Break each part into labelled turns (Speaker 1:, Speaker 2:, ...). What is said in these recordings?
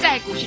Speaker 1: 在股市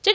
Speaker 2: 这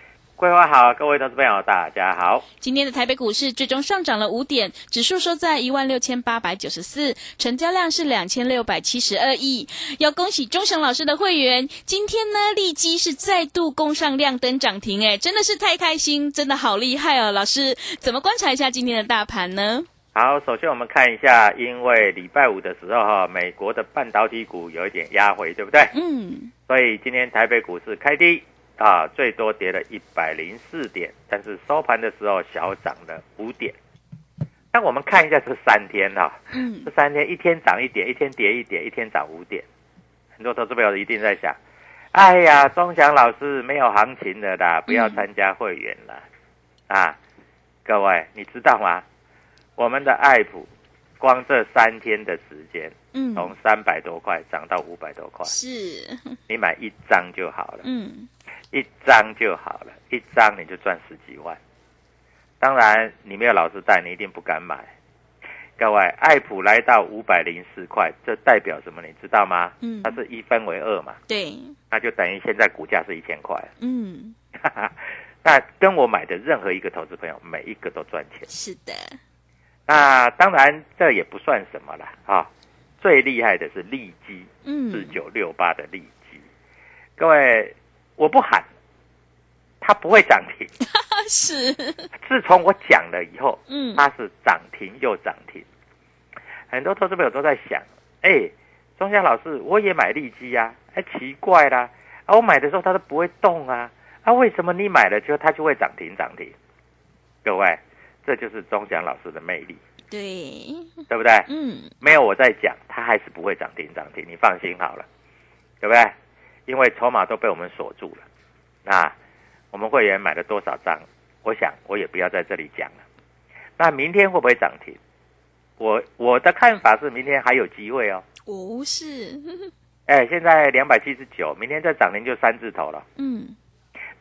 Speaker 3: 桂花好，各位投资朋友大家好。
Speaker 2: 今天的台北股市最终上涨了五点，指数收在一万六千八百九十四，成交量是两千六百七十二亿。要恭喜钟祥老师的会员，今天呢利基是再度攻上亮灯涨停，哎，真的是太开心，真的好厉害哦！老师，怎么观察一下今天的大盘呢？
Speaker 3: 好，首先我们看一下，因为礼拜五的时候哈，美国的半导体股有一点压回，对不对？
Speaker 2: 嗯，
Speaker 3: 所以今天台北股市开低啊，最多跌了一百零四点，但是收盘的时候小涨了五点。那我们看一下这三天哈、
Speaker 2: 嗯
Speaker 3: 这三天一天涨一点，一天跌一点，一天涨五点。很多投资朋友一定在想，哎呀，钟祥老师没有行情的啦，不要参加会员了、啊！各位，你知道吗？我们的爱普，光这三天的时间，
Speaker 2: 嗯，
Speaker 3: 从三百多块涨到五百多块，
Speaker 2: 是，
Speaker 3: 你买一张就好了。
Speaker 2: 嗯
Speaker 3: 一张就好了，一张你就赚十几万。当然，你没有老师带，你一定不敢买。各位，爱普来到五百零四块，这代表什么？你知道吗？
Speaker 2: 嗯
Speaker 3: 它是一分为二嘛，
Speaker 2: 对，
Speaker 3: 那就等于现在股价是一千块。
Speaker 2: 嗯，
Speaker 3: 哈哈，那跟我买的任何一个投资朋友，每一个都赚钱。
Speaker 2: 是的，
Speaker 3: 那当然，这也不算什么啦。啊。最厉害的是利基，四
Speaker 2: 嗯，
Speaker 3: 九六八的利基。各位，我不喊，它不会涨停。
Speaker 2: 啊是，
Speaker 3: 自从我讲了以后，
Speaker 2: 嗯
Speaker 3: 它是涨停又涨停。很多投资朋友都在想，哎，钟祥老师，我也买利基呀、哎，奇怪啦，啊，我买的时候它都不会动啊，啊，为什么你买了之后它就会涨停涨停？各位，这就是钟祥老师的魅力，
Speaker 2: 对，
Speaker 3: 对不对？
Speaker 2: 嗯
Speaker 3: 没有我在讲，它还是不会涨停涨停，你放心好了，对不对？因为筹码都被我们锁住了。那我们会员买了多少张？我想我也不要在这里讲了。那明天会不会涨停？我我的看法是明天还有机会哦。
Speaker 2: 哦是，
Speaker 3: 哎，现在两百七十九，明天再涨停就三字头了。
Speaker 2: 嗯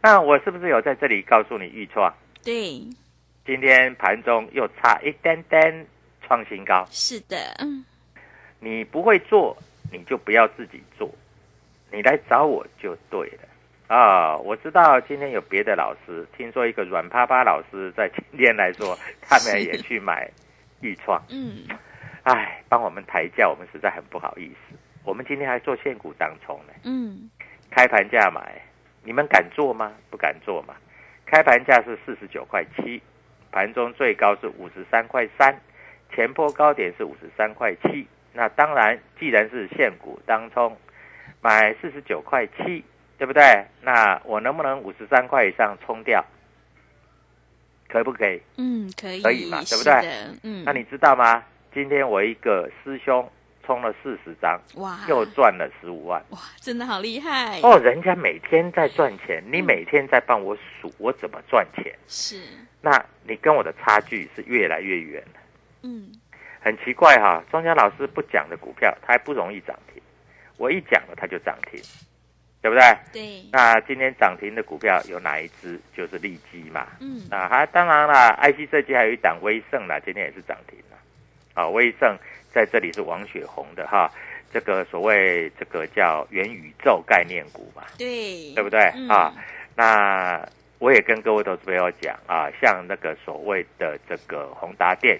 Speaker 3: 那我是不是有在这里告诉你预创
Speaker 2: 对，
Speaker 3: 今天盘中又差一点点创新高？
Speaker 2: 是的，嗯
Speaker 3: 你不会做，你就不要自己做，你来找我就对了。啊、我知道今天有别的老师，听说一个软趴趴老师在今天来说，他们也去买豫创，
Speaker 2: 嗯
Speaker 3: 哎，帮我们抬价，我们实在很不好意思。我们今天还做现股当冲呢，
Speaker 2: 嗯
Speaker 3: 开盘价买，你们敢做吗？不敢做嘛。开盘价是四十九块七，盘中最高是五十三块三，前波高点是五十三块七。那当然，既然是现股当中买四十九块七，对不对？那我能不能五十三块以上冲掉？可不可以？
Speaker 2: 嗯，可以，
Speaker 3: 可以嘛对不
Speaker 2: 是
Speaker 3: 对
Speaker 2: 的？嗯，
Speaker 3: 那你知道吗？今天我一个师兄冲了四十张，
Speaker 2: 哇，
Speaker 3: 又赚了十五万。
Speaker 2: 哇，真的好厉害，
Speaker 3: 哦，人家每天在赚钱，你每天在帮我数我怎么赚钱，
Speaker 2: 是，
Speaker 3: 那你跟我的差距是越来越远了
Speaker 2: 嗯，
Speaker 3: 很奇怪哈、庄家老师不讲的股票，它还不容易涨停，我一讲了它就涨停，对不对？
Speaker 2: 对，
Speaker 3: 那今天涨停的股票有哪一只？就是利基嘛。
Speaker 2: 嗯，
Speaker 3: 那它当然啦，IC 设计还有一档威盛啦，今天也是涨停啦。啊，威盛在这里是王雪红的哈，这个所谓这个叫元宇宙概念股嘛，
Speaker 2: 对，
Speaker 3: 对不对、
Speaker 2: 嗯
Speaker 3: 啊？那我也跟各位投资朋友讲啊，像那个所谓的这个宏达电，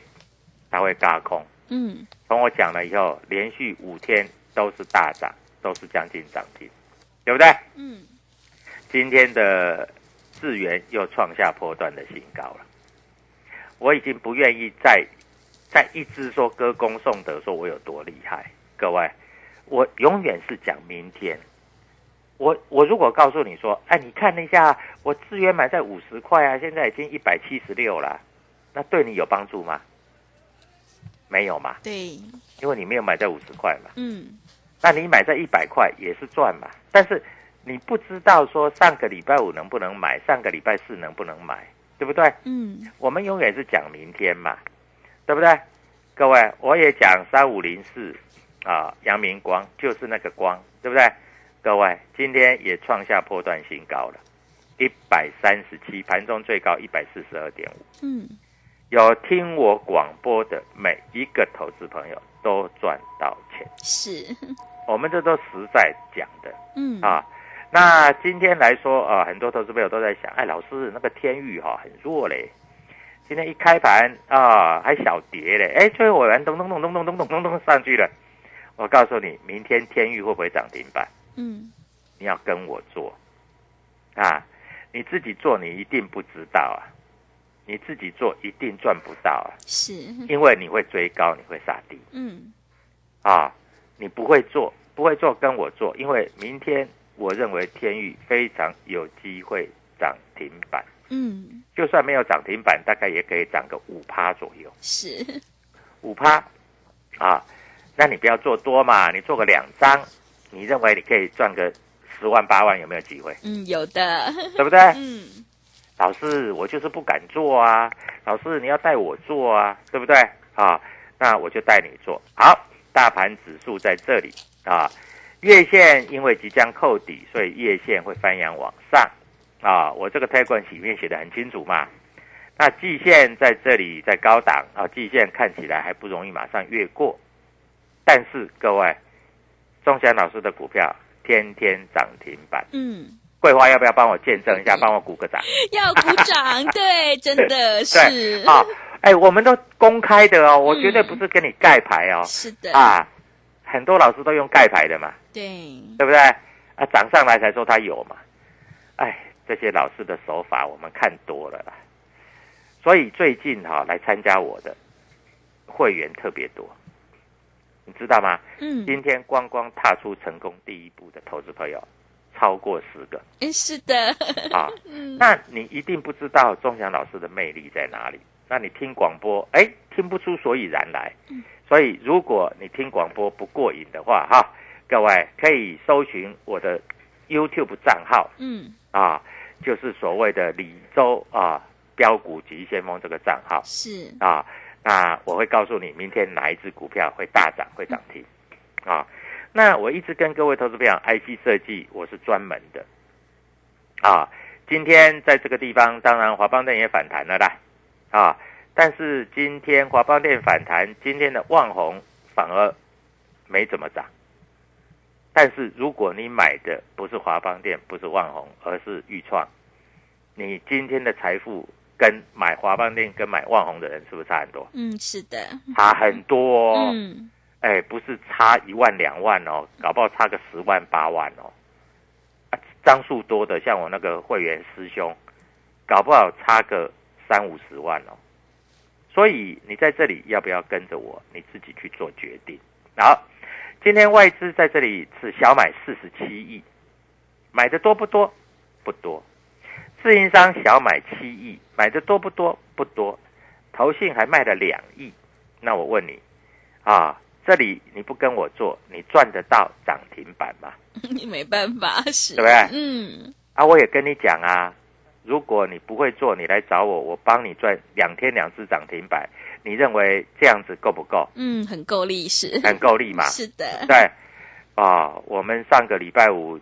Speaker 3: 它会嘎空。
Speaker 2: 嗯，
Speaker 3: 从我讲了以后，连续五天都是大涨，都是将近涨停，对不对？
Speaker 2: 嗯，
Speaker 3: 今天的智源又创下波段的新高了。我已经不愿意再再一直说歌功颂德，说我有多厉害。各位，我永远是讲明天。我我如果告诉你说，哎，你看一下，我智源买在五十块啊，现在已经一百七十六了，那对你有帮助吗？没有嘛，
Speaker 2: 对，
Speaker 3: 因为你没有买在五十块嘛。
Speaker 2: 嗯，
Speaker 3: 那你买在一百块也是赚嘛，但是你不知道说上个礼拜五能不能买，上个礼拜四能不能买，对不对？
Speaker 2: 嗯，
Speaker 3: 我们永远是讲明天嘛，对不对？各位，我也讲三五零四啊，阳明光就是那个光，对不对？各位，今天也创下波段新高了，一百三十七，盘中最高一百四十二点五。
Speaker 2: 嗯，
Speaker 3: 有听我广播的每一个投资朋友都赚到钱，
Speaker 2: 是，
Speaker 3: 我们这都实在讲的。
Speaker 2: 嗯，
Speaker 3: 啊。那今天来说，呃，很多投资朋友都在想，哎，老师那个天域哈、很弱嘞，今天一开盘啊、还小跌嘞，哎，最后尾盘咚咚咚咚咚咚咚咚咚上去了。我告诉你，明天天域会不会涨停板？
Speaker 2: 嗯，
Speaker 3: 你要跟我做啊，你自己做你一定不知道啊，你自己做一定赚不到啊，
Speaker 2: 是，
Speaker 3: 因为你会追高，你会杀低。
Speaker 2: 嗯，
Speaker 3: 啊，你不会做，不会做跟我做，因为明天我认为天宇非常有机会涨停板，
Speaker 2: 嗯，
Speaker 3: 就算没有涨停板，大概也可以涨个五趴左右，
Speaker 2: 是，
Speaker 3: 五趴啊，那你不要做多嘛，你做个两张，你认为你可以赚个十万八万，有没有机会？
Speaker 2: 嗯，有的，
Speaker 3: 对不对？
Speaker 2: 嗯，
Speaker 3: 老师，我就是不敢做啊！老师，你要带我做啊，对不对？啊，那我就带你做。好，大盘指数在这里啊，月线因为即将扣底，所以月线会翻扬往上啊。我这个推管里面写的很清楚嘛。那季线在这里在高档啊，季线看起来还不容易马上越过，但是各位，钟祥老师的股票天天涨停板，
Speaker 2: 嗯，
Speaker 3: 桂花要不要帮我见证一下，帮我鼓个掌？
Speaker 2: 要鼓掌，对，真的
Speaker 3: 对
Speaker 2: 是，
Speaker 3: 啊，哎，我们都公开的哦，我绝对
Speaker 2: 嗯
Speaker 3: 不是跟你盖牌哦、
Speaker 2: 是的，
Speaker 3: 啊，很多老师都用盖牌的嘛，
Speaker 2: 对，
Speaker 3: 对不对？啊，涨上来才说他有嘛，哎，这些老师的手法我们看多了啦，所以最近哈、来参加我的会员特别多，你知道吗？
Speaker 2: 嗯，
Speaker 3: 今天光光踏出成功第一步的投资朋友超过十个
Speaker 2: 嗯是的，
Speaker 3: 啊，那你一定不知道钟祥老师的魅力在哪里。那你听广播，哎，听不出所以然来。所以，如果你听广播不过瘾的话，哈，各位可以搜寻我的 YouTube 账号
Speaker 2: 嗯，
Speaker 3: 啊，就是所谓的李州啊标股急先锋这个账号
Speaker 2: 是，
Speaker 3: 啊。那我会告诉你，明天哪一只股票会大涨，会涨停啊。那我一直跟各位投资朋友，IC 设计我是专门的啊。今天在这个地方，当然华邦电也反弹了啦，啊，但是今天华邦电反弹，今天的万红反而没怎么涨。但是如果你买的不是华邦电，不是万红，而是裕创，你今天的财富跟买华邦电跟买万红的人是不是差很多？
Speaker 2: 嗯，是的，
Speaker 3: 差很多、哦。
Speaker 2: 嗯，
Speaker 3: 哎，不是差一万两万哦，搞不好差个十万八万哦。啊，张数多的，像我那个会员师兄，搞不好差个三五十万哦。所以你在这里要不要跟着我？你自己去做决定。好，今天外资在这里是小买四十七亿，买的多不多？不多。自营商小买七亿，买的多不多？不多。投信还卖了两亿。那我问你，啊，这里你不跟我做，你赚得到涨停板吗？
Speaker 2: 你 没办法，是，
Speaker 3: 对不对
Speaker 2: 嗯，
Speaker 3: 啊，我也跟你讲啊，如果你不会做，你来找我，我帮你赚两天两次涨停板，你认为这样子够不够？
Speaker 2: 嗯，很够力是，
Speaker 3: 很够力嘛？
Speaker 2: 是的，
Speaker 3: 对，啊、我们上个礼拜五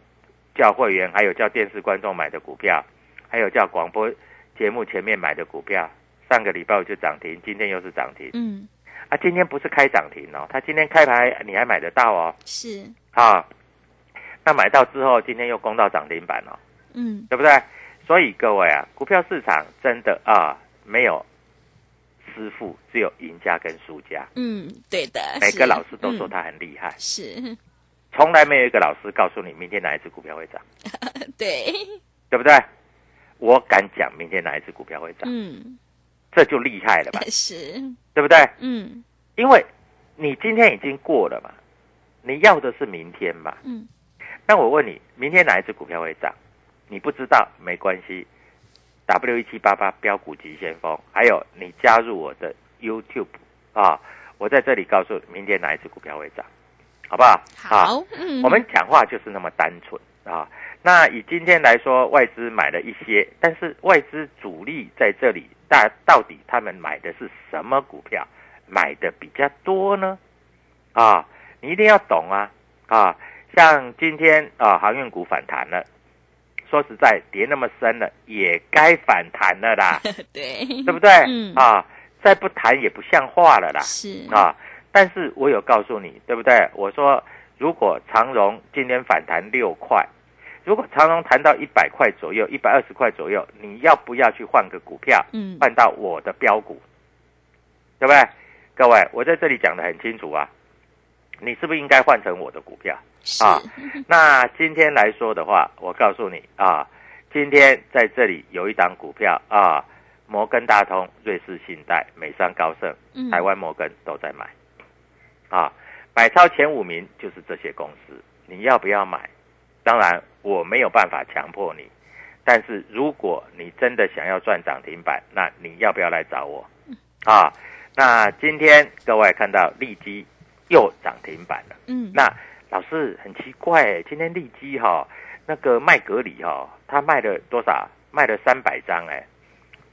Speaker 3: 叫会员，还有叫电视观众买的股票，还有叫广播节目前面买的股票，上个礼拜五就涨停，今天又是涨停
Speaker 2: 嗯，
Speaker 3: 啊！今天不是开涨停哦，它今天开牌你还买得到哦，
Speaker 2: 是，
Speaker 3: 啊，那买到之后今天又攻到涨停板哦，
Speaker 2: 嗯，
Speaker 3: 对不对？所以各位啊，股票市场真的啊没有师傅，只有赢家跟输家。
Speaker 2: 嗯，对的，
Speaker 3: 每
Speaker 2: 是
Speaker 3: 个老师都说
Speaker 2: 嗯
Speaker 3: 他很厉害，
Speaker 2: 是，嗯
Speaker 3: 从来没有一个老师告诉你明天哪一只股票会涨，
Speaker 2: 对，
Speaker 3: 对不对？我敢讲明天哪一只股票会涨，
Speaker 2: 嗯，，
Speaker 3: 这就厉害了吧
Speaker 2: 是，
Speaker 3: 对不对？
Speaker 2: 嗯，
Speaker 3: 因为你今天已经过了嘛，你要的是明天嘛。
Speaker 2: 嗯。
Speaker 3: 那我问你，明天哪一只股票会涨？你不知道没关系，W 一七八八标股急先锋，还有你加入我的 YouTube 啊，我在这里告诉你明天哪一只股票会涨，好不好？啊
Speaker 2: 好，嗯，
Speaker 3: 我们讲话就是那么单纯啊。那以今天来说，外资买了一些，但是外资主力在这里，大到底他们买的是什么股票，买的比较多呢？啊，你一定要懂啊啊！像今天啊，航运股反弹了，说实在，跌那么深了，也该反弹 了啦，
Speaker 2: 对，
Speaker 3: 对不对？
Speaker 2: 嗯
Speaker 3: 啊，再不谈也不像话了啦。
Speaker 2: 是，
Speaker 3: 啊，但是我有告诉你，对不对？我说，如果长荣今天反弹六块，如果长荣弹到一百块左右，一百二十块左右，你要不要去换个股票，
Speaker 2: 嗯，
Speaker 3: 换到我的标股？对不对？各位，我在这里讲的很清楚啊，你是不是应该换成我的股票？
Speaker 2: 是，
Speaker 3: 啊那今天来说的话，我告诉你啊，今天在这里有一档股票啊，摩根大通、瑞士信贷、美商高盛、
Speaker 2: 嗯，
Speaker 3: 台湾摩根都在买，啊，买超前五名就是这些公司，你要不要买？当然我没有办法强迫你，但是如果你真的想要赚涨停板，那你要不要来找我？啊，那今天各位看到利基又涨停板了，
Speaker 2: 嗯，
Speaker 3: 那老师很奇怪、今天利基哈、那个麦格里哈、他卖了多少？卖了三百张哎、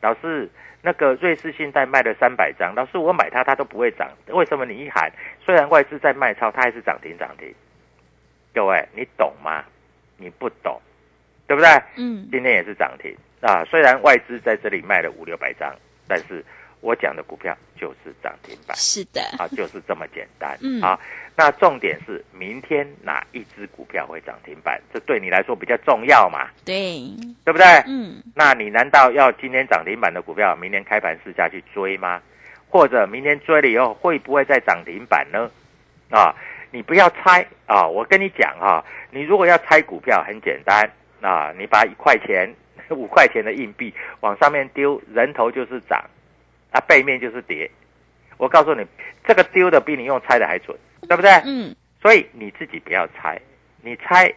Speaker 3: 老师，那个瑞士信贷卖了三百张，老师我买它它都不会涨，为什么你一喊，虽然外资在卖超，它还是涨停涨停？各位，你懂吗？你不懂，对不对？
Speaker 2: 嗯，
Speaker 3: 今天也是涨停啊，虽然外资在这里卖了五六百张，但是我讲的股票就是涨停板。
Speaker 2: 是的，
Speaker 3: 啊，就是这么简单。
Speaker 2: 嗯
Speaker 3: 啊，那重点是明天哪一只股票会涨停板，这对你来说比较重要嘛，
Speaker 2: 对，
Speaker 3: 对不对？
Speaker 2: 嗯，
Speaker 3: 那你难道要今天涨停板的股票，明天开盘市价去追吗？或者明天追了以后会不会再涨停板呢？啊，你不要猜啊！我跟你讲哈、你如果要猜股票，很简单啊，你把一块钱、 五块钱的硬币往上面丢，人头就是涨，啊，背面就是跌。我告诉你，这个丢的比你用猜的还准，对不对？
Speaker 2: 嗯，
Speaker 3: 所以你自己不要猜，你猜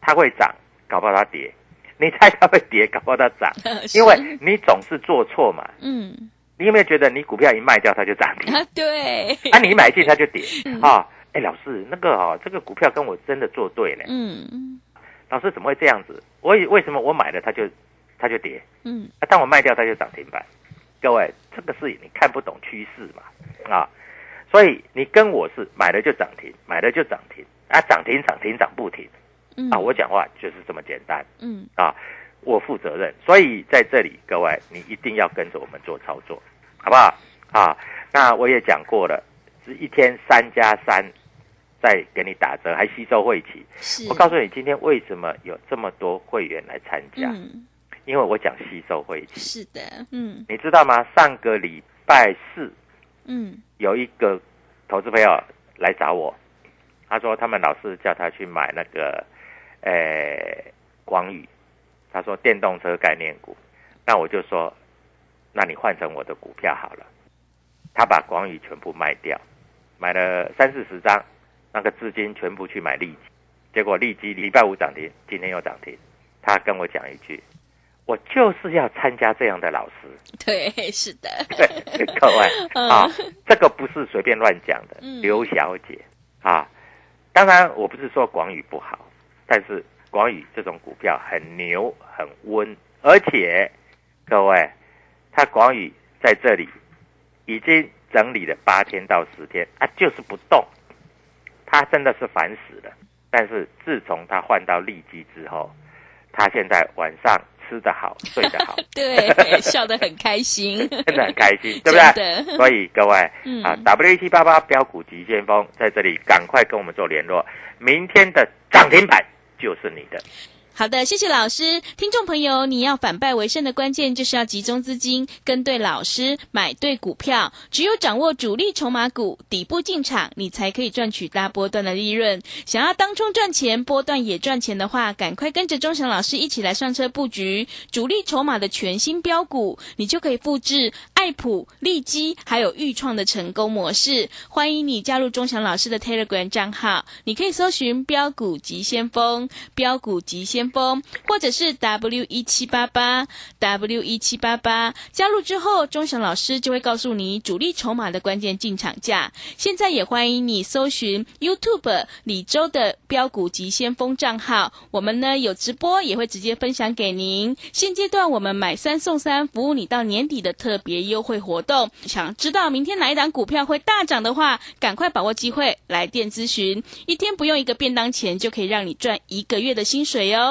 Speaker 3: 它会涨，搞不好它跌；你猜它会跌，搞不好它涨，
Speaker 2: 是
Speaker 3: 因为你总是做错嘛。
Speaker 2: 嗯
Speaker 3: 你有没有觉得你股票一卖掉它就涨 停，
Speaker 2: 啊，对，
Speaker 3: 啊，你一买进它就跌啊？哎，老师，那个哦，这个股票跟我真的做对呢。
Speaker 2: 嗯
Speaker 3: 老师怎么会这样子？我以为什么我买了它就它就跌，
Speaker 2: 嗯，
Speaker 3: 啊，当我卖掉它就涨停板。各位，这个是你看不懂趋势嘛？啊，所以你跟我是买了就涨停，买了就涨停，啊，涨停涨停涨不停。
Speaker 2: 嗯
Speaker 3: 啊，我讲话就是这么简单
Speaker 2: 嗯
Speaker 3: 啊，我负责任，所以在这里各位，你一定要跟着我们做操作，好不好？啊，那我也讲过了，是一天三加三，再给你打折，还吸收会期。
Speaker 2: 是，
Speaker 3: 我告诉你，今天为什么有这么多会员来参加？
Speaker 2: 嗯，
Speaker 3: 因为我讲吸收会期，
Speaker 2: 是的，嗯
Speaker 3: 你知道吗？上个礼拜四
Speaker 2: 嗯
Speaker 3: 有一个投资朋友来找我，他说他们老师叫他去买那个，呃，广宇，他说电动车概念股，那我就说，那你换成我的股票好了。他把广宇全部卖掉，买了三四十张，那个资金全部去买利基，结果利基礼拜五涨停，今天又涨停。他跟我讲一句：“我我就是要参加这样的老师，
Speaker 2: 对，是的，
Speaker 3: 各位
Speaker 2: 嗯
Speaker 3: 啊，这个不是随便乱讲的
Speaker 2: 嗯，
Speaker 3: 刘小姐啊。当然，我不是说广宇不好，但是广宇这种股票很牛、很温，而且各位，它广宇在这里已经整理了八天到十天，啊，就是不动，它真的是烦死了。但是自从它换到利基之后，它现在晚上吃得好，睡得好，
Speaker 2: 对，笑得很开心，
Speaker 3: 真的很开心，对不对？
Speaker 2: 真的
Speaker 3: 所以各位
Speaker 2: 嗯
Speaker 3: 啊，W 七八八标股急先锋在这里，赶快跟我们做联络，明天的涨停板就是你的。
Speaker 2: 好的，谢谢老师。听众朋友，你要反败为胜的关键就是要集中资金，跟对老师，买对股票。只有掌握主力筹码股，底部进场，你才可以赚取大波段的利润。想要当冲赚钱，波段也赚钱的话，赶快跟着钟祥老师一起来上车布局主力筹码的全新标股，你就可以复制爱普、利基还有豫创的成功模式。欢迎你加入钟祥老师的 Telegram 账号，你可以搜寻“标股急先锋”、“标股急先锋”或者是 W 一七八八 W 一七八八。加入之后，钟祥老师就会告诉你主力筹码的关键进场价。现在也欢迎你搜寻 YouTube 李州的“标股急先锋”账号，我们呢有直播，也会直接分享给您。现阶段我们买三送三，服务你到年底的特别优惠活动。想知道明天哪一档股票会大涨的话，赶快把握机会来电咨询，一天不用一个便当钱就可以让你赚一个月的薪水哦。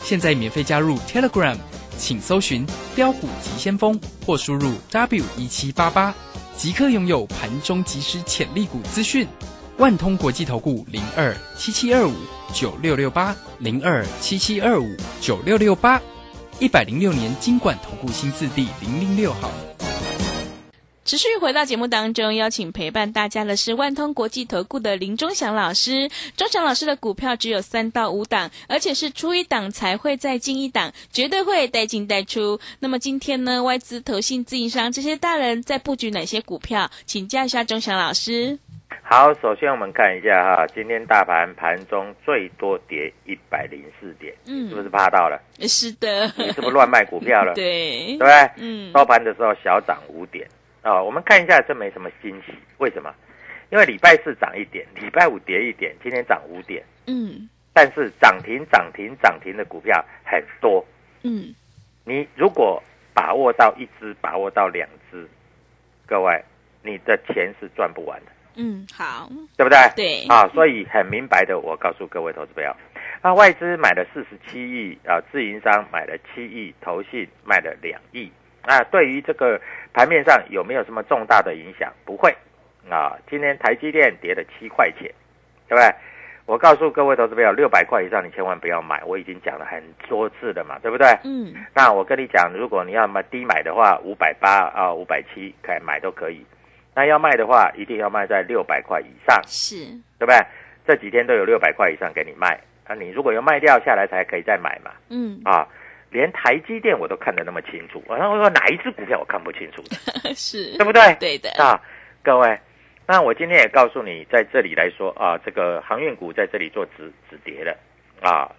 Speaker 4: 现在免费加入 Telegram，请搜寻“标股急先锋”或输入 W 一七八八，即刻拥有盘中即时潜力股资讯。万通国际投顾零二七七二五九六六八零二七七二五九六六八，一百零六年经管投顾新字第零零六号。
Speaker 2: 持续回到节目当中，邀请陪伴大家的是万通国际投顾的林忠祥老师。忠祥老师的股票只有三到五档，而且是出一档才会再进一档，绝对会带进带出。那么今天呢，外资、投信、自营商这些大人在布局哪些股票？请教一下忠祥老师。
Speaker 3: 好，首先我们看一下哈，今天大盘盘中最多跌一百零四点，
Speaker 2: 嗯
Speaker 3: 是不是怕 到了？
Speaker 2: 是的，
Speaker 3: 你是不是乱卖股票了？
Speaker 2: 对
Speaker 3: 对不，对？
Speaker 2: 嗯
Speaker 3: 收盘的时候小涨五点啊，我们看一下，这没什么惊喜，为什么？因为礼拜四涨一点，礼拜五跌一点，今天涨五点，
Speaker 2: 嗯
Speaker 3: 但是涨停涨停涨停的股票很多，
Speaker 2: 嗯，
Speaker 3: 你如果把握到一只，把握到两只，各位，你的钱是赚不完的，
Speaker 2: 嗯，好，
Speaker 3: 对不对？
Speaker 2: 对
Speaker 3: 啊，所以很明白的，我告诉各位投资朋友，啊，外资买了四十七亿，啊，自营商买了七亿，投信卖了两亿。啊，对于这个盘面上有没有什么重大的影响？不会。啊，今天台积电跌了七块钱，对不对？我告诉各位投资朋友，六百块以上你千万不要买，我已经讲了很多次了嘛，对不对？
Speaker 2: 嗯
Speaker 3: 那我跟你讲，如果你要买低买的话，五百八啊，五百七可以买都可以。那要卖的话，一定要卖在六百块以上，
Speaker 2: 是，
Speaker 3: 对不对？这几天都有六百块以上给你卖。那、你如果要卖掉下来，才可以再买嘛。
Speaker 2: 嗯
Speaker 3: 啊，连台积电我都看得那么清楚，然后我说哪一只股票我看不清楚的，
Speaker 2: 是
Speaker 3: 对，不对？
Speaker 2: 对的，
Speaker 3: 啊，各位，那我今天也告诉你，在这里来说啊，这个航运股在这里做止止跌了啊。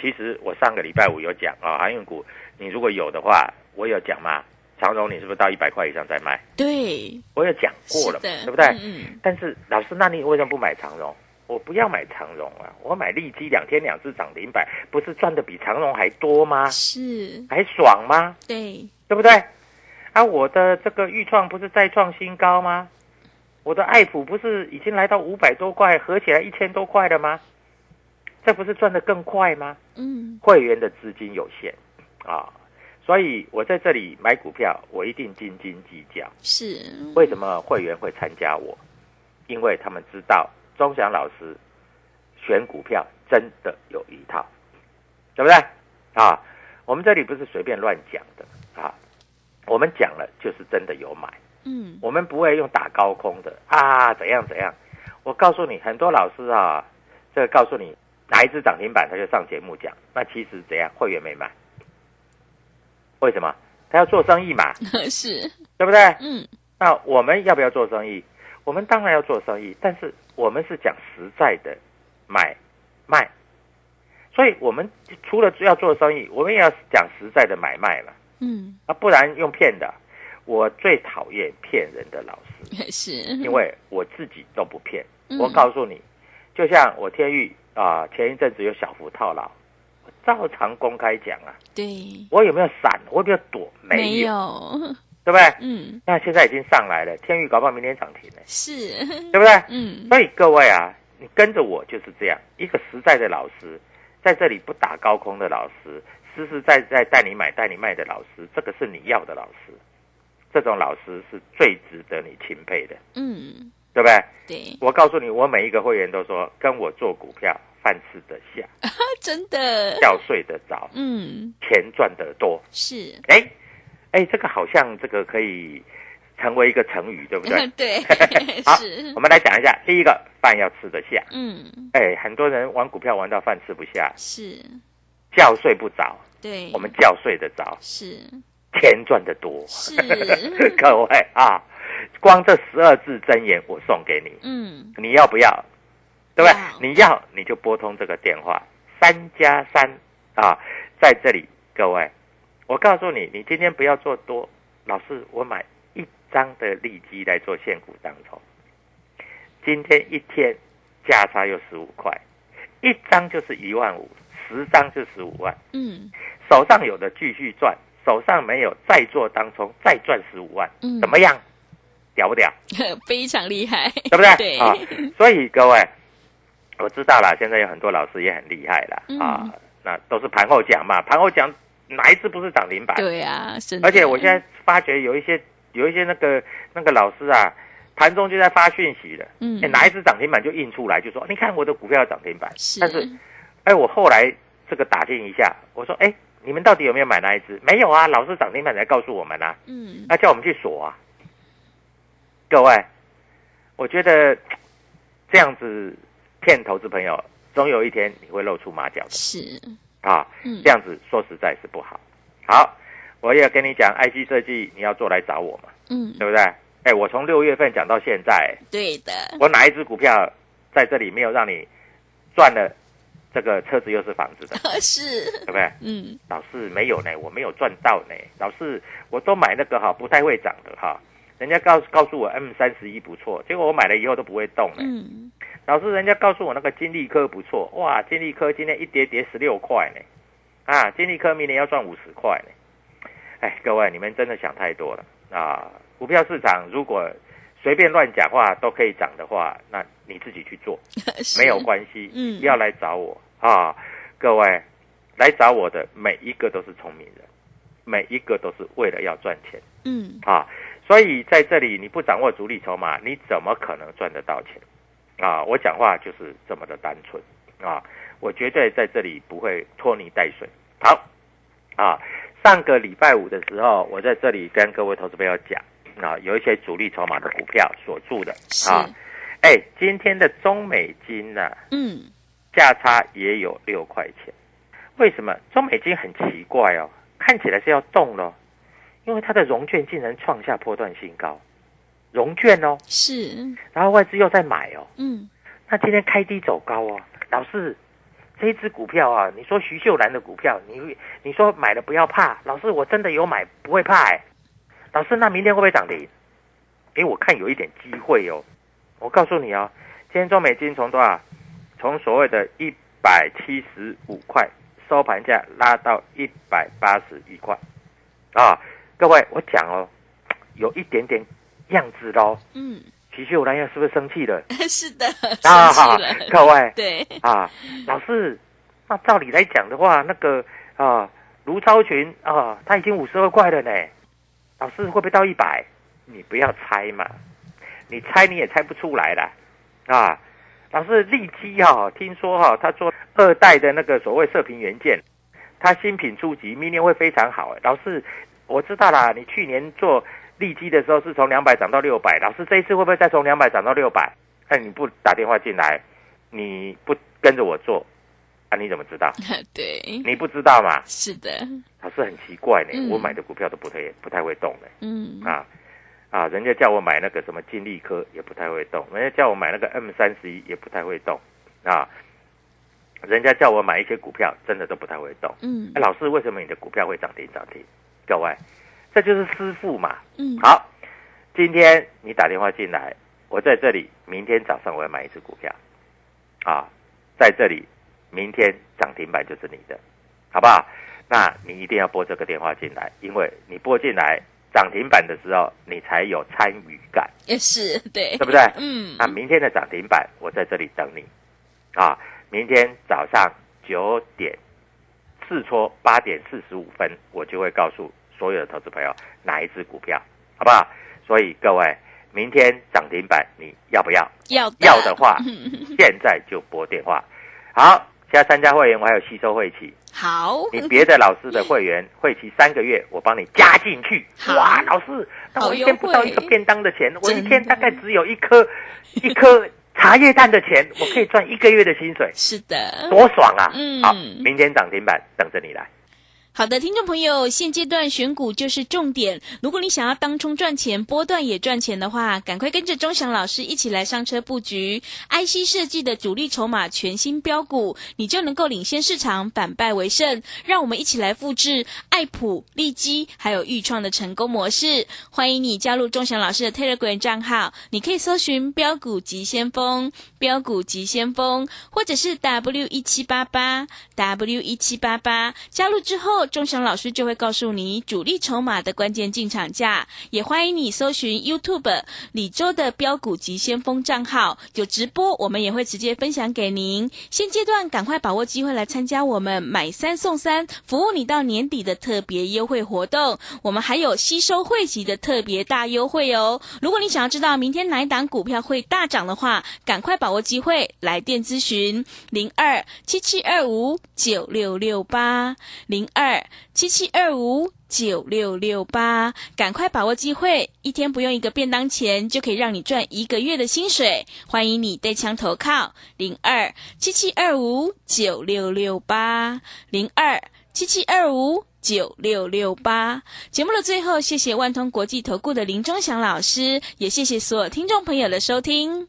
Speaker 3: 其实我上个礼拜五有讲啊，航运股你如果有的话，我有讲嘛，长荣你是不是到一百块以上再卖？
Speaker 2: 对，
Speaker 3: 我有讲
Speaker 2: 是
Speaker 3: 过了嘛，
Speaker 2: 的，
Speaker 3: 对不对？
Speaker 2: 嗯
Speaker 3: 但是老师，那你为什么不买长荣？我不要买长荣啊，我买利基两天两次涨停板，不是赚的比长荣还多吗
Speaker 2: 嗯，？是，
Speaker 3: 还爽吗？
Speaker 2: 对，
Speaker 3: 对不对？啊，我的这个预创不是再创新高吗？我的爱普不是已经来到五百多块，合起来一千多块了吗？这不是赚得更快吗？
Speaker 2: 嗯。
Speaker 3: 会员的资金有限啊，所以我在这里买股票，我一定斤斤计较。
Speaker 2: 是，
Speaker 3: 为什么会员会参加我？因为他们知道钟祥老师选股票真的有一套，对不对？啊，我们这里不是随便乱讲的啊，我们讲了就是真的有买，
Speaker 2: 嗯，
Speaker 3: 我们不会用打高空的啊，怎样怎样。我告诉你，很多老师啊，这个告诉你哪一只涨停板他就上节目讲，那其实怎样，会员没买，为什么？他要做生意嘛，
Speaker 2: 是，
Speaker 3: 对不对？
Speaker 2: 嗯
Speaker 3: 那我们要不要做生意？我们当然要做生意，但是我们是讲实在的，买卖。所以我们除了要做生意，我们也要讲实在的买卖嘛，
Speaker 2: 嗯，
Speaker 3: 啊，不然用骗的。我最讨厌骗人的老师，
Speaker 2: 是，
Speaker 3: 因为我自己都不骗。
Speaker 2: 嗯
Speaker 3: 我告诉你，就像我天域啊、前一阵子有小幅套牢，我照常公开讲啊，
Speaker 2: 对，
Speaker 3: 我有没有闪？我有没有躲？没
Speaker 2: 没
Speaker 3: 有，
Speaker 2: 有，
Speaker 3: 对不对？
Speaker 2: 嗯，
Speaker 3: 那现在已经上来了，天域搞不好明天涨停了，
Speaker 2: 是，
Speaker 3: 对不对？
Speaker 2: 嗯，
Speaker 3: 所以各位啊，你跟着我就是这样，一个实在的老师，在这里不打高空的老师，实实在在带你买带你卖的老师，这个是你要的老师，这种老师是最值得你钦佩的，
Speaker 2: 嗯，
Speaker 3: 对不对？
Speaker 2: 对，
Speaker 3: 我告诉你，我每一个会员都说，跟我做股票，饭吃得下，
Speaker 2: 真的，
Speaker 3: 觉睡得着，
Speaker 2: 嗯，
Speaker 3: 钱赚得多。
Speaker 2: 是，？
Speaker 3: 哎，哎，这个好像这个可以成为一个成语，对不对
Speaker 2: 对，
Speaker 3: 好
Speaker 2: 是
Speaker 3: 我，们来讲一下，第一个，饭要吃得下。
Speaker 2: 嗯，
Speaker 3: 哎，很多人玩股票玩到饭吃不下，
Speaker 2: 是，
Speaker 3: 觉睡不着，
Speaker 2: 对，
Speaker 3: 我们觉睡得着，
Speaker 2: 是
Speaker 3: 钱赚得多。
Speaker 2: 是，
Speaker 3: 各位啊，光这十二字真言我送给你，
Speaker 2: 嗯，
Speaker 3: 你要不要？对不对
Speaker 2: 要？
Speaker 3: 你要你就拨通这个电话，三加三啊，在这里，各位，我告诉你，你今天不要做多，老师，我买一张的利基来做现股当冲，今天一天价差有十五块，一张就是一万五，十张就十五万。
Speaker 2: 嗯，
Speaker 3: 手上有的继续赚，手上没有再做当冲，再赚十五万，
Speaker 2: 嗯
Speaker 3: 怎么样？屌 不屌？
Speaker 2: 非常厉害，
Speaker 3: 对不对？
Speaker 2: 对，
Speaker 3: 啊，所以各位，我知道了，现在有很多老师也很厉害了、
Speaker 2: 嗯
Speaker 3: 啊，那都是盘后讲嘛，盘后讲哪一次不是涨停板？
Speaker 2: 对啊，真的，
Speaker 3: 而且我现在发觉有一些有一些那个那个老师啊，盘中就在发讯息了，
Speaker 2: 嗯
Speaker 3: 哎哪一只涨停板就印出来，就说你看我的股票涨停板，
Speaker 2: 是
Speaker 3: 但是哎，我后来这个打听一下，我说，哎，你们到底有没有买那一只？没有啊，老师涨停板才告诉我们啊，
Speaker 2: 嗯，
Speaker 3: 那叫我们去锁啊。各位，我觉得这样子骗投资朋友，总有一天你会露出马脚的
Speaker 2: 是，
Speaker 3: 啊。
Speaker 2: 嗯
Speaker 3: 这，样子说实在是不好。好，我也跟你讲，IC 设计你要做来找我嘛，
Speaker 2: 嗯，
Speaker 3: 对不对？哎，我从六月份讲到现在，
Speaker 2: 对的，
Speaker 3: 我哪一只股票在这里没有让你赚了这个车子又是房子的，
Speaker 2: 是，
Speaker 3: 对不对？
Speaker 2: 嗯，
Speaker 3: 老师没有呢，我没有赚到呢。老师，我都买那个哈，不太会涨的哈。人家告告诉我 M 三十一不错，结果我买了以后都不会动呢。
Speaker 2: 嗯，
Speaker 3: 老师，人家告诉我那个金利科不错，哇，金利科今天一跌跌十六块呢，啊，金利科明年要赚五十块呢。哎，各位，你们真的想太多了啊！股票市场如果随便乱讲话都可以涨的话，那你自己去做。
Speaker 2: 是
Speaker 3: 没有关系，
Speaker 2: 嗯
Speaker 3: 不要来找我啊，各位，来找我的每一个都是聪明人，每一个都是为了要赚钱
Speaker 2: 嗯，
Speaker 3: 啊，所以在这里你不掌握主力筹码，你怎么可能赚得到钱啊？我讲话就是这么的单纯啊，我绝对在这里不会拖泥带水。好，啊，上个礼拜五的时候，我在这里跟各位投资朋友讲啊，有一些主力筹码的股票锁住的
Speaker 2: 是，
Speaker 3: 啊。哎，今天的中美金呢、
Speaker 2: 嗯，
Speaker 3: 价差也有六块钱。为什么中美金很奇怪哦？看起来是要动了哦，因为它的融券竟然创下波段新高，融券哦，
Speaker 2: 是，
Speaker 3: 然后外资又在买哦。
Speaker 2: 嗯，
Speaker 3: 那今天开低走高哦，老师，这一只股票啊，你说徐秀兰的股票，你你说买了不要怕，老师我真的有买，不会怕哎、老师，那明天会不会涨停？哎，我看有一点机会哦。我告诉你哦，今天中美金从多少？从所谓的一百七十五块收盘价拉到一百八十一块啊！各位，我讲哦，有一点点样子喽。
Speaker 2: 嗯，
Speaker 3: 徐秀兰要是不是生气了？
Speaker 2: 是的， 生
Speaker 3: 啊
Speaker 2: 气了，
Speaker 3: 各位，
Speaker 2: 对，
Speaker 3: 啊，老师，那照理来讲的话，那个啊，卢超群啊，他已经五十二块了呢，老师会不会到一百？你不要猜嘛，你猜你也猜不出来啦，啊，老师利基哈、听说哈、他做二代的那个所谓射频元件，它新品初级，明年会非常好。老师，我知道啦，你去年做利基的时候是从两百涨到六百，老师这一次会不会再从两百涨到六百？那你不打电话进来，你不跟着我做，啊，你怎么知道？
Speaker 2: 对，
Speaker 3: 你不知道嘛？
Speaker 2: 是的，
Speaker 3: 老师很奇怪呢、
Speaker 2: 嗯
Speaker 3: 我买的股票都不太不太会动呢、
Speaker 2: 嗯，
Speaker 3: 啊啊，人家叫我买那个什么金利科也不太会动，人家叫我买那个 M 三十一也不太会动啊，人家叫我买一些股票真的都不太会动。
Speaker 2: 嗯，
Speaker 3: 哎老师，为什么你的股票会涨停涨停？各位，这就是师傅嘛。
Speaker 2: 嗯，
Speaker 3: 好，今天你打电话进来，我在这里，明天早上我要买一只股票，啊，在这里，明天涨停板就是你的，好不好？那你一定要拨这个电话进来，因为你拨进来涨停板的时候，你才有参与感，
Speaker 2: 也是对，
Speaker 3: 对不啊对？
Speaker 2: 嗯，
Speaker 3: 那明天的涨停板，我在这里等你，啊，明天早上九点试戳八点四十五分，我就会告诉所有的投资朋友哪一只股票，好不好？所以各位，明天涨停板你要不要？
Speaker 2: 要的，
Speaker 3: 要的话，现在就拨电话。好，现在参加会员我还有吸收会期，
Speaker 2: 好，
Speaker 3: 你别的老师的会员会期三个月，我帮你加进去。
Speaker 2: 好
Speaker 3: 哇，老师，那
Speaker 2: 好
Speaker 3: 我一
Speaker 2: 优
Speaker 3: 天不到
Speaker 2: 惠
Speaker 3: 一个便当的钱，我一
Speaker 2: 真
Speaker 3: 天
Speaker 2: 的
Speaker 3: 大概只有一颗一颗茶叶蛋的钱，我可以赚一个月的薪水，
Speaker 2: 是的，
Speaker 3: 多爽啊！
Speaker 2: 嗯
Speaker 3: 好，明天涨停板等着你来。
Speaker 2: 好的，听众朋友，现阶段选股就是重点。如果你想要当冲赚钱、波段也赚钱的话，赶快跟着钟祥老师一起来上车布局 IC 设计的主力筹码全新标股，你就能够领先市场，反败为胜。让我们一起来复制爱普、利基还有豫创的成功模式。欢迎你加入钟祥老师的 Telegram 账号，你可以搜寻“标股急先锋”、“标股急先锋”，或者是 W 一七八八 W 一七八八。加入之后，钟祥老师就会告诉你主力筹码的关键进场价。也欢迎你搜寻 YouTube 李州的标股急先锋账号，有直播，我们也会直接分享给您。现阶段赶快把握机会来参加我们买三送三，服务你到年底的特别优惠活动。我们还有吸收汇集的特别大优惠哦。如果你想要知道明天哪一档股票会大涨的话，赶快把握机会来电咨询零二七七二五九六六八零二七七二五。九六六八，赶快把握机会，一天不用一个便当钱，就可以让你赚一个月的薪水。欢迎你带枪投靠零二七七二五九六六八零二七七二五九六六八。节目的最后，谢谢万通国际投顾的林忠祥老师，也谢谢所有听众朋友的收听。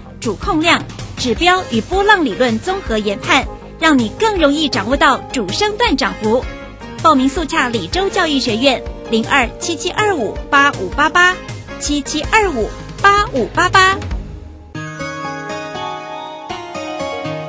Speaker 5: 主控量、指标与波浪理论综合研判，让你更容易掌握到主升段涨幅。报名速洽李州教育学院零二七七二五八五八八七七二五八五八八。7725-8588